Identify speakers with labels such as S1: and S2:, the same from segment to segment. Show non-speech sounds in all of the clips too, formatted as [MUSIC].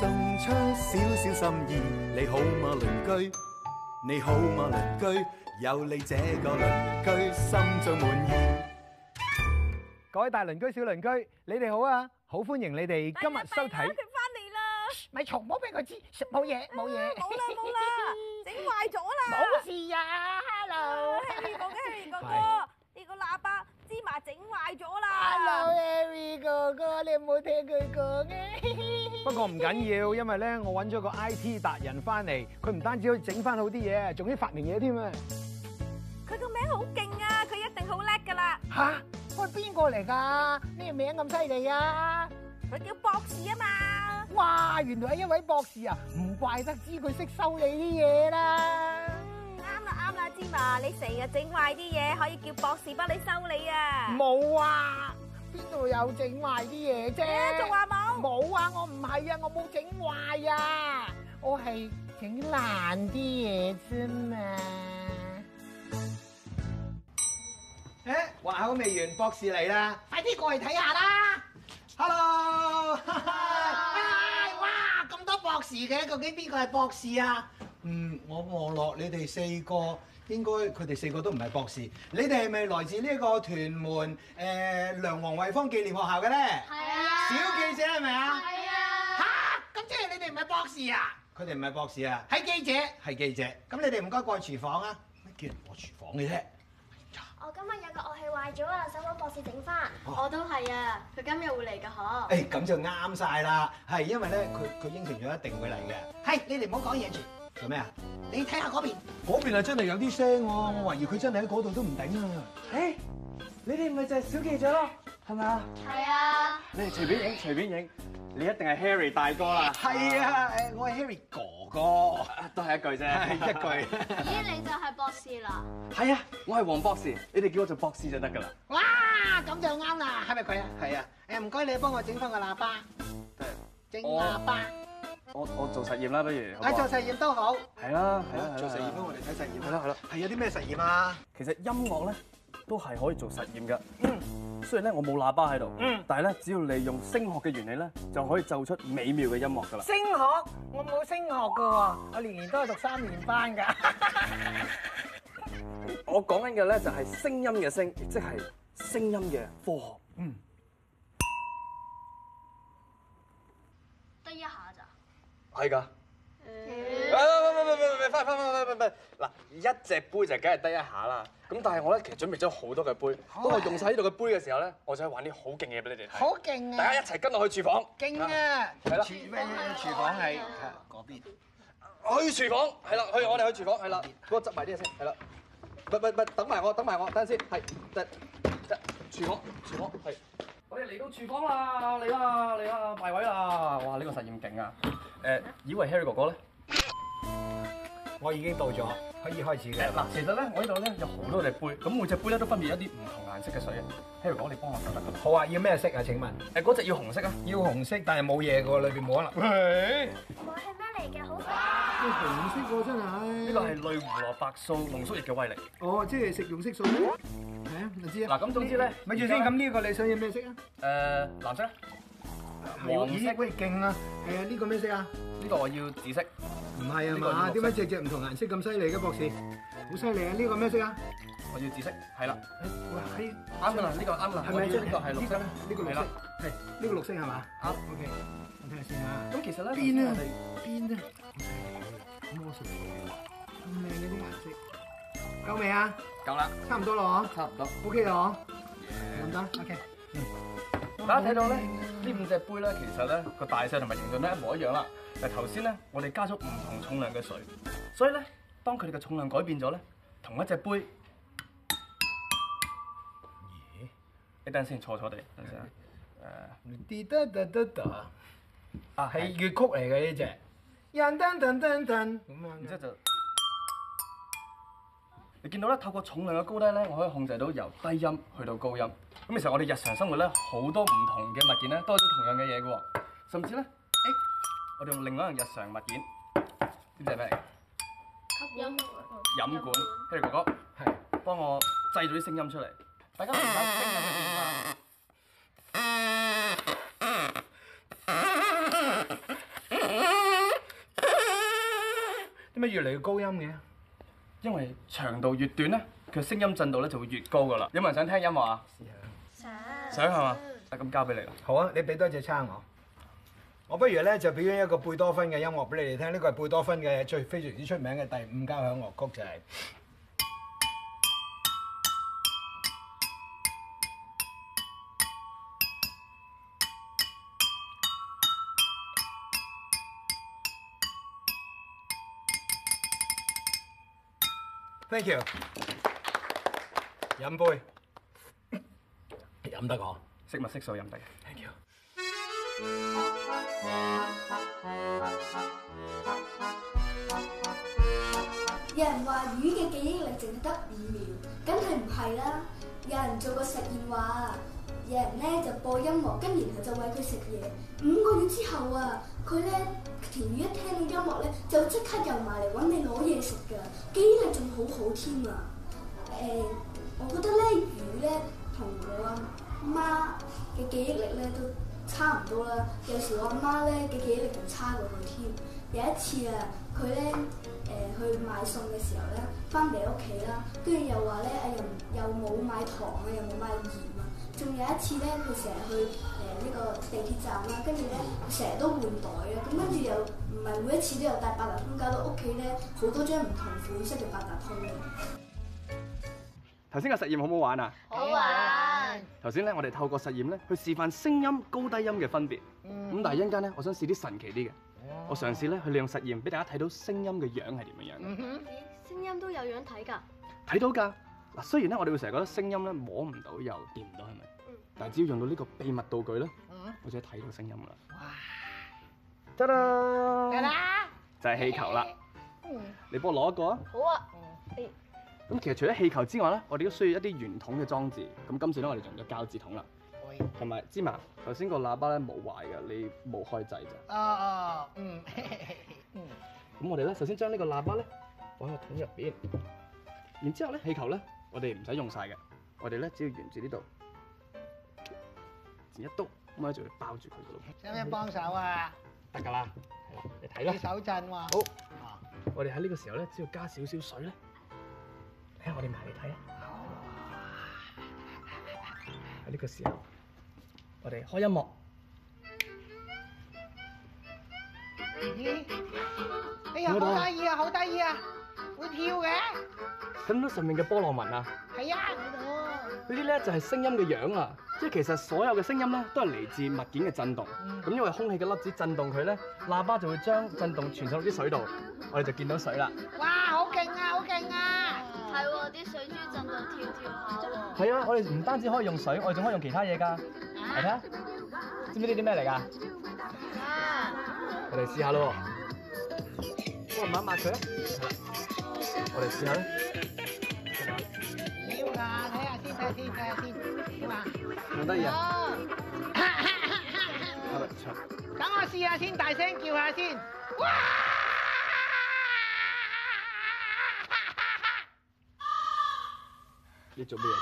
S1: 送出少少心意，你好嗎鄰居？你好嗎鄰居？有你這個鄰居，心中滿意。
S2: 各位大鄰居、小鄰居，你哋好啊！好歡迎你哋今日收睇。
S3: 佢翻嚟啦！
S4: 咪嘈，唔好俾佢知，冇嘢冇嘢。
S3: 冇啦冇啦，
S4: [LAUGHS]
S3: 整壞咗啦！
S4: 冇事啊
S3: ，Hello，Harry 哥哥，Harry 哥哥，你個喇叭芝麻整壞咗啦
S4: ！Hello，Harry 哥哥，你冇聽佢講嘅。
S2: 不過唔緊要，因為咧我揾咗個 IT 達人翻嚟，佢唔單止可以整翻好啲嘢，仲可以發明嘢添啊！
S3: 佢個名好勁啊，佢一定好叻㗎啦！
S4: 吓？喂，邊個嚟㗎？咩名咁犀利啊？
S3: 佢叫博士啊嘛！
S4: 哇，原來係一位博士啊，唔怪得知佢識修理啲嘢啦。
S3: 嗯，啱啦啱啦，芝麻，你成日整壞啲嘢，可以叫博士幫你修理啊！
S4: 冇啊，邊度有整壞啲嘢啫？
S3: 仲話冇？
S4: 冇啊！我唔係啊，我冇整壞啊，我係整爛啲嘢啫嘛。
S2: 誒，話口未完，博士嚟啦！
S4: 快啲過嚟睇下啦
S2: ！Hello，
S4: 唉，哇，咁多博士嘅，究竟邊個係博士啊？
S2: 嗯，我望落你哋四個，應該佢哋四個都唔係博士。你哋係咪來自呢個屯門誒梁皇惠芳紀念學校嘅咧？
S5: 係啊。
S2: 小記者係咪啊？
S5: 係啊。
S4: 吓？咁即係你哋唔係博士啊？
S2: 佢哋唔係博士啊，
S4: 係記者。
S2: 係記者。咁你哋唔該過去廚房啊！乜叫人過廚房嘅啫？
S5: 我哦今日有個樂器壞咗啊，想揾博士整翻。
S2: 哦
S5: 我都係啊，佢今日會嚟㗎嗬。
S2: 誒咁就啱晒啦，係因為咧佢佢應承咗一定會嚟嘅。
S4: 係，你哋唔好講嘢住。
S2: 做咩啊？
S4: 你睇下嗰邊，
S2: 嗰邊啊真係有啲聲喎，我懷疑佢真係喺嗰度都唔頂啊！
S6: 誒，你哋咪就係小記者咯，係咪啊？
S5: 係啊。
S6: 你哋隨便影隨便影，你一定係 Harry 大哥啦。
S2: 係啊，誒我係 Harry 哥哥，
S6: 都係一句啫，
S2: 係一句。
S5: 咦，你就係博士啦？
S6: 係啊，我係黃博士，你哋叫我做博士就得㗎啦。
S4: 哇，咁就啱啦，係咪
S2: à?
S4: 佢啊？
S6: 係啊，
S4: 誒，唔該你幫我整翻個喇叭，整喇叭，
S6: 我我做實驗啦，不如。
S4: 我做實驗都好。
S6: 係啦，係啦，
S2: 做實驗啦，我哋睇實驗
S6: 係啦，係啦。
S2: 係有啲咩實驗啊？
S6: 其實音樂咧都係可以做實驗㗎。嗯。雖然咧我冇喇叭喺度，嗯，但係咧只要利用聲學嘅原理咧，就可以奏出美妙嘅音樂㗎啦。
S4: 升學，我冇升學㗎喎，我年年都係讀三年班㗎。
S2: [LAUGHS]
S6: 我講緊嘅咧就係聲音嘅聲，亦即係聲音嘅科學。嗯。
S5: 得一下咋？
S6: 係㗎。喂喂喂喂喂喂喂，快快快快快！嗱，一隻杯就梗係得一下啦。咁但係我咧其實準備咗好多嘅杯，當我用晒呢度嘅杯嘅時候咧，我就去玩啲好勁嘅嘢俾你哋睇。
S4: 好勁
S6: 大家
S4: 啊！
S6: 一齊跟我去廚房。
S4: 勁啊！
S6: 係啦，
S2: 廚廚房係嗰邊。
S6: 去廚房，係啦，去我哋去廚房，係啦。幫我執埋啲嘢先，係啦。唔唔唔，等埋我，等埋我，等陣先，係，得得，廚房，廚房，係。我哋嚟到廚房啦，嚟啦嚟啦，埋位啦！哇，呢個實驗勁啊！誒，以為 Harry 哥哥咧？
S2: 我已經到咗，可以開始嘅。
S6: 嗱，其實咧，我呢度咧有好多隻杯，咁每隻杯咧都分別一啲唔同顏色嘅水嘅。Harry 講，你幫我手得㗎啦。
S2: 好啊，要咩色啊？請問
S6: 誒，嗰隻要紅色啊！
S2: 要紅色，但係冇嘢嘅喎，裏邊冇可能。
S5: 我係咩嚟㗎？好快。
S2: 紅色喎，真係
S6: 呢個係類胡蘿蔔素濃縮液嘅威力。
S2: 哦，即係食用色素。係啊，我知啊。
S6: 嗱，咁總之咧，
S2: 咪住先，咁呢個你想要咩色啊？
S6: 誒，藍色，黃
S2: 咦
S6: 色，
S2: 喂，勁啊！誒，呢個咩色啊？
S6: 呢個我要紫色，
S2: 唔係啊嘛？
S6: 呢個
S2: 點解隻隻唔同顏色咁犀利嘅博士？好犀利啊！呢個咩色啊？
S6: 我要紫色，係啦，
S2: 哇，係
S6: 啱㗎啦，呢個啱㗎啦。
S2: 係
S6: 我
S2: 咪
S6: 要
S2: 真
S6: 呢個係綠色，
S2: 呢個綠
S6: 係
S2: 色
S6: 啦。
S2: 係呢個綠色係嘛？
S6: 啱
S2: OK，我睇下先啊。
S6: 咁其實咧，
S2: 邊啊
S6: 我哋？
S2: 邊啊？魔術咁靚嘅啲顏色，夠未啊？
S6: 夠啦，
S2: 差唔多啦
S6: 差唔多。
S2: 嗬，OK 啦嗬，得唔得？OK。
S6: 大家睇到咧，呢五隻杯咧，其實咧個大細同埋形狀咧一模一樣啦。但係頭先咧，我哋加咗唔同重量嘅水，所以咧，當佢哋嘅重量改變咗咧，同一隻杯，咦？你等陣先，坐坐地，等陣先啊。
S2: 滴答答答答，
S7: 啊，係粵曲嚟嘅呢只，噔噔噔噔噔咁樣
S6: 然之後就你見到咧，透過重量嘅高低咧，我可以控制到由低音去到高音。咁其實我哋日常生活咧，好多唔同嘅物件咧，都係做同樣嘅嘢嘅喎。甚至咧，誒、我哋用另外一樣日常物件，知唔知係咩嚟？
S5: 音
S6: 飲管。h e 哥哥，
S7: 係。
S6: 幫我製咗啲聲音出嚟，大家明白聲音嘅變化。
S7: 點解越嚟越高音嘅？
S6: 因為長度越短咧，佢聲音震度咧就會越高噶啦。有冇人想聽音樂啊？想係嘛？啊咁交俾你啦。
S7: 好啊，你俾多隻叉我。
S2: 我不如咧就表演一個貝多芬嘅音樂俾你哋聽，呢個係貝多芬嘅最非常之出名嘅第五交響樂曲就係、Thank you，飲杯。
S7: 飲得我。
S6: 識物識數飲得嘅。
S8: 有人話魚嘅記憶力淨係得五秒，梗係唔係啦？有人做過實驗話，有人咧就播音樂，跟然後就餵佢食嘢。五個月之後啊，佢咧條魚一聽到音樂咧，就即刻游埋嚟揾你攞嘢食㗎，記憶力仲好好添啊！誒、我覺得咧魚咧同我阿媽嘅記憶力咧都差唔多啦。有時我阿媽咧嘅記憶力仲差過佢添。有一次啊，佢咧誒去買餸嘅時候咧，翻嚟屋企啦，跟住又話咧誒又又冇買糖啊，又冇買鹽啊。仲有一次咧，佢成日去誒呢、個地鐵站啦，跟住咧成日都換袋啊，咁跟住又唔係每一次都有帶八達通，搞到屋企咧好多張唔同款式嘅八達通嘅。
S6: 頭先嘅實驗好唔好玩啊？
S5: 好玩。
S6: 頭先咧，我哋透過實驗咧，去示範聲音高低音嘅分別。咁、
S5: 嗯
S6: 但係一陣間咧，我想試啲神奇啲嘅。我嘗試咧去利用實驗，俾大家睇到聲音嘅樣係點
S5: 嗯
S6: 樣樣嘅。
S5: 聲音都有樣睇㗎。
S6: 睇、到㗎。嗱，雖然咧我哋會成日覺得聲音咧摸唔到又掂唔到，係咪？
S5: 嗯
S6: 但係只要用到呢個秘密道具咧，
S4: 嗯
S6: 我就可以睇到聲音啦。得啦，
S4: 得啦，
S6: 就係氣球啦。
S4: 嗯
S6: 你幫我攞一個啊！
S5: 好啊。
S6: 咁其實除咗氣球之外咧，我哋都需要一啲圓筒嘅裝置。咁今次咧，我哋用咗膠紙筒啦，
S4: 喂
S6: 同埋芝麻。頭先個喇叭咧冇壞嘅，你冇開掣
S4: 哦
S6: 咋。
S4: 哦，嗯嗯，
S6: 咁我哋咧，首先將呢個喇叭咧放喺個桶入邊，然之後咧氣球咧，我哋唔使用晒嘅，我哋咧只要沿住呢度剪一刀，咁咧就會包住佢噶咯，
S4: 使唔使幫手啊？
S6: 得㗎啦。係啦你睇
S4: 你
S6: 啦，
S4: 手震喎。
S6: 好
S4: 啊
S6: 我哋喺呢個時候咧，只要加少少水咧，睇下我哋埋嚟睇啊。喺呢個時候，我哋開音樂。
S4: 咦哎呀，
S6: 有冇到
S4: 好
S6: 啊
S4: 得意啊，好得意啊，會跳嘅，
S6: 睇唔到上面嘅波浪紋啊？
S4: 係啊，
S6: 呢啲咧就係聲音嘅樣啊！即係其實所有嘅聲音咧都係嚟自物件嘅震動。咁、因為空氣嘅粒子震動佢咧，喇叭就會將震動傳送入啲水度，我哋就見到水啦。
S4: 哇，好勁啊，好勁啊！
S5: 係喎，啲水珠浸到跳跳下喎。
S6: 係啊，我哋唔單止可以用水，我哋仲可以用其他嘢㗎。
S4: 嗯
S6: 嚟睇下，知唔知呢啲咩嚟㗎？我哋試下咯喎。幫我抹一抹佢啊！我哋試下咧。
S4: 要啊，睇下先，睇下先，睇下先，點啊？
S6: 好得意啊！
S4: 哦，
S6: 係咪長
S4: 等我試下先，大聲叫下先。哇！
S6: 你做咩嘢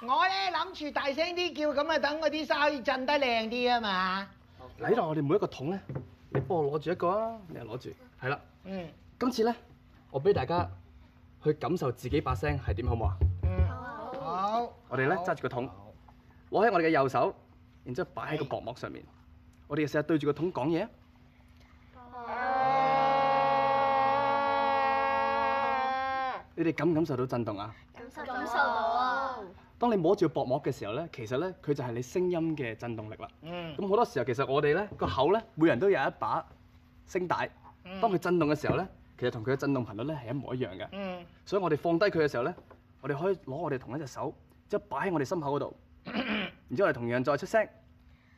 S6: 先啊？
S4: 我咧諗住大聲啲叫，咁啊等嗰啲沙可以震得靚啲啊嘛。
S6: 嗱，呢度我哋每一個桶咧，你幫我攞住一個啊，你又攞住，係啦。
S4: 嗯
S6: 今次咧，我俾大家去感受自己把聲係點，好唔好啊？
S4: 嗯，好。
S6: 我哋咧揸住個桶，攞喺我哋嘅右手，然之後擺喺個薄膜上面。我哋成日對住個桶講嘢啊。你哋感唔感受到震動啊？
S5: 感受感受到啊！
S6: 當你摸住個薄膜嘅時候咧，其實咧佢就係你聲音嘅震動力啦。
S4: 嗯
S6: 咁好多時候其實我哋咧個口咧，每人都有一把聲帶。當佢震動嘅時候咧，其實同佢嘅震動頻率咧係一模一樣嘅。
S4: 嗯，
S6: 所以我哋放低佢嘅時候咧，我哋可以攞我哋同一隻手，即係擺喺我哋心口嗰
S5: [COUGHS]
S6: 度，然之後我哋同樣再出聲。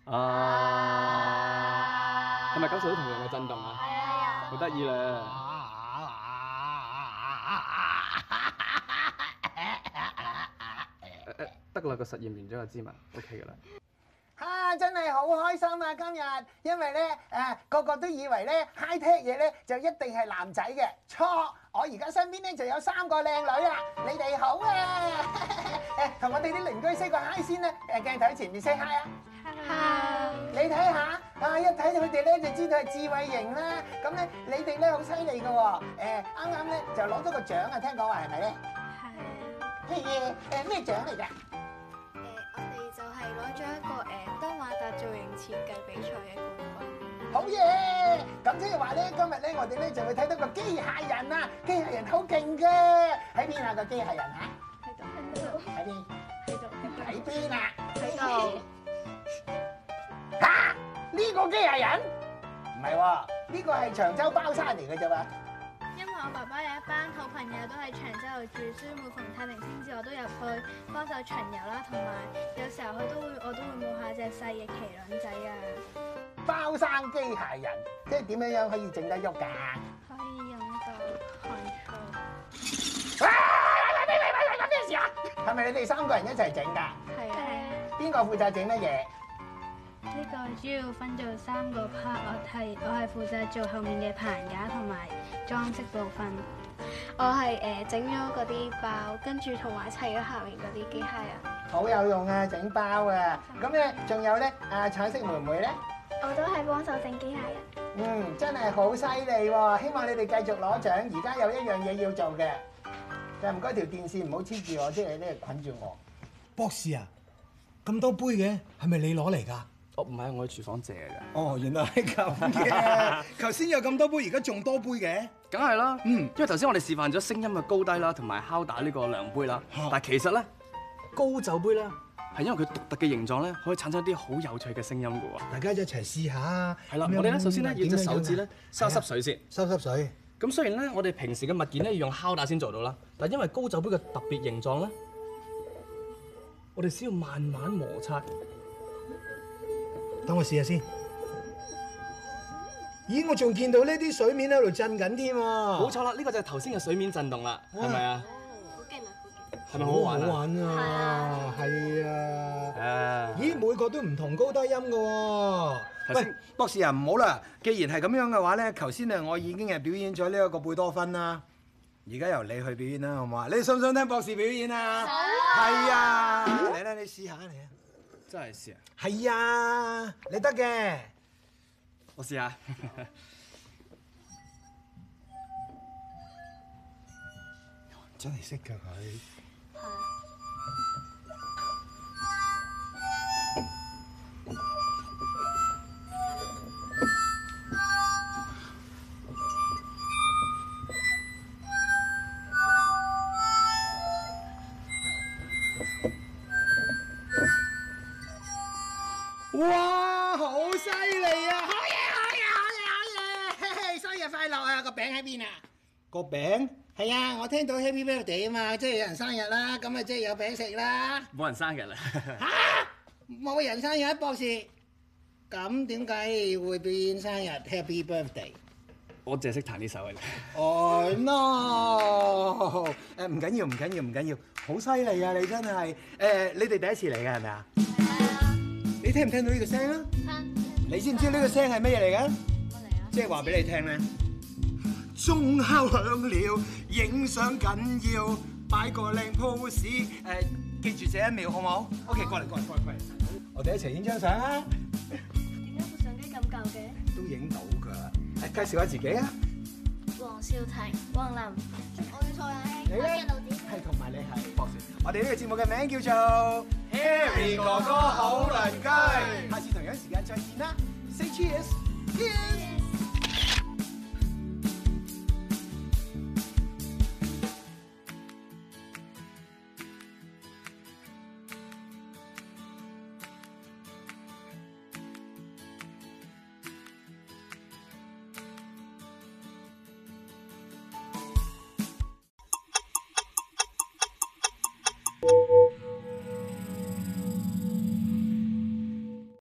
S6: 啊！係咪感受到同樣嘅震動啊？
S5: 係啊，
S6: 好得意咧！誒誒得啦，個實驗完咗就知嘛，OK 噶啦。
S4: 啊，真係好開心啊！今日，因為咧誒、個個都以為咧 high tech 嘢咧就一定係男仔嘅，錯！我而家身邊咧就有三個靚女啦，你哋好啊！ [LAUGHS] 誒，同我哋啲鄰居 say 個 hi 先啦，誒鏡頭前面 say hi 啊！你睇下，啊一睇佢哋咧就知道係智慧型啦。咁咧你哋咧好犀利嘅喎，誒啱啱咧就攞咗個獎啊！聽講話係咪咧？係誒咩獎嚟㗎？
S9: 誒，我哋就係攞咗一個誒多馬達造型設計比賽嘅冠軍。
S4: 好嘢！咁即係話咧，今日咧我哋咧就會睇到個機械人啊！機械人好勁嘅，喺邊啊個機械人啊？
S9: 喺度，喺
S4: 喺
S9: 度，
S4: 邊？
S9: 喺度，
S4: 喺邊啊？
S9: 喺度，
S4: 嚇！呢個機械人？唔係喎，呢個係長洲包山嚟嘅啫嘛。
S9: 因為我爸爸有一班好朋友都喺長洲度住，所以每逢太平清醮我都入去幫手巡遊啦，同埋有時候佢都會我都會摸下隻細嘅麒麟仔啊，
S4: 包山機械人，即係點樣樣可以整得喐㗎？
S9: 可以用到 control，
S4: 啊！咩咩咩咩咩事啊？係咪你哋三個人一齊整㗎？
S9: 係啊，
S4: 邊個負責整乜嘢？
S9: 呢個主要分做三個 part，我係我係負責做後面嘅棚架同埋裝飾部分。我係誒整咗嗰啲包，跟住同埋砌咗下面嗰啲機械人。
S4: 好有用啊，整包啊！咁咧，仲有咧，啊彩色妹妹咧，
S5: 我都係幫手整機械人。
S4: 嗯，真係好犀利喎！希望你哋繼續攞獎。而家有一樣嘢要做嘅，就唔該條電視唔好黐住我，即係咧捆住我。
S2: 博士啊，咁多杯嘅係咪你攞嚟㗎？
S6: 哦，唔係，我喺廚房借嘅。
S2: 哦，原來係咁嘅。 [LAUGHS] 頭先有咁多杯，而家仲多杯嘅。
S6: 梗係啦，
S2: 嗯
S6: 因為頭先我哋示範咗聲音嘅高低啦，同埋敲打呢個量杯啦。但係其實咧，高酒杯咧係因為佢獨特嘅形狀咧，可以產生一啲好有趣嘅聲音嘅喎。
S2: 大家一齊試下。
S6: 係啦，我哋咧首先咧要隻手指咧
S2: 點
S6: 收
S2: 樣樣啊
S6: 濕水先。
S2: 濕濕水。
S6: 咁雖然咧，我哋平時嘅物件咧要用敲打先做到啦，但因為高酒杯嘅特別形狀咧，我哋只要慢慢摩擦，
S2: 等我試下先。咦，我仲見到呢啲水面喺度震緊添啊！
S6: 冇錯啦，呢個就係頭先嘅水面震動啦，係咪啊？
S9: 好勁啊！好勁！
S6: 係咪好好玩
S2: 好
S6: 啊？
S2: 玩啊！係啊！
S6: 啊！
S2: 咦，每個都唔同高低音嘅喎。
S6: 頭先
S2: 喂，博士啊，唔好啦。既然係咁樣嘅話咧，頭先啊，我已經係表演咗呢一個貝多芬啦。而家由你去表演啦，好唔好啊？你想唔想聽博士表演啊？係啊！嚟啦，你試下嚟啊！
S6: 真係試啊！
S2: 係啊，你得嘅。
S6: 我試 [LAUGHS] 下。
S2: 真係識㗎佢。哇，好犀利啊！好嘢，好嘢，好嘢，好嘢！嘿嘿，生日快樂啊！個餅喺邊啊？個餅係啊，我聽到 Happy Birthday 啊嘛，即係有人生日啦，咁啊即係有餅食啦。
S6: 冇人生日啦，
S2: 冇人生日，博士，咁點解會表演生日 Happy Birthday？
S6: [LAUGHS] 我淨係識彈呢首嘅啫。
S2: 哦、no！誒唔緊要，唔緊要，唔緊要，好犀利啊！你真係誒、你哋第一次嚟嘅係咪啊？你聽唔聽到呢個聲啊？你知唔知呢個聲係乜嘢嚟嘅？即係話俾你聽咧，鐘敲響了，影相緊要，擺個靚 pose，誒記住這一秒好冇？OK，過嚟過嚟過嚟過嚟，我哋一齊影張相啊！
S9: 點解部相機咁舊嘅？
S2: 都影到㗎，誒介紹下自己啊！
S5: 黃少廷、黃林，我要坐
S2: 你咧
S5: 嘅路子。
S2: 係同埋你係博士。我哋呢個節目嘅名叫做 Harry 哥哥好鄰居，下次同樣時間再見啦，Say cheers，cheers。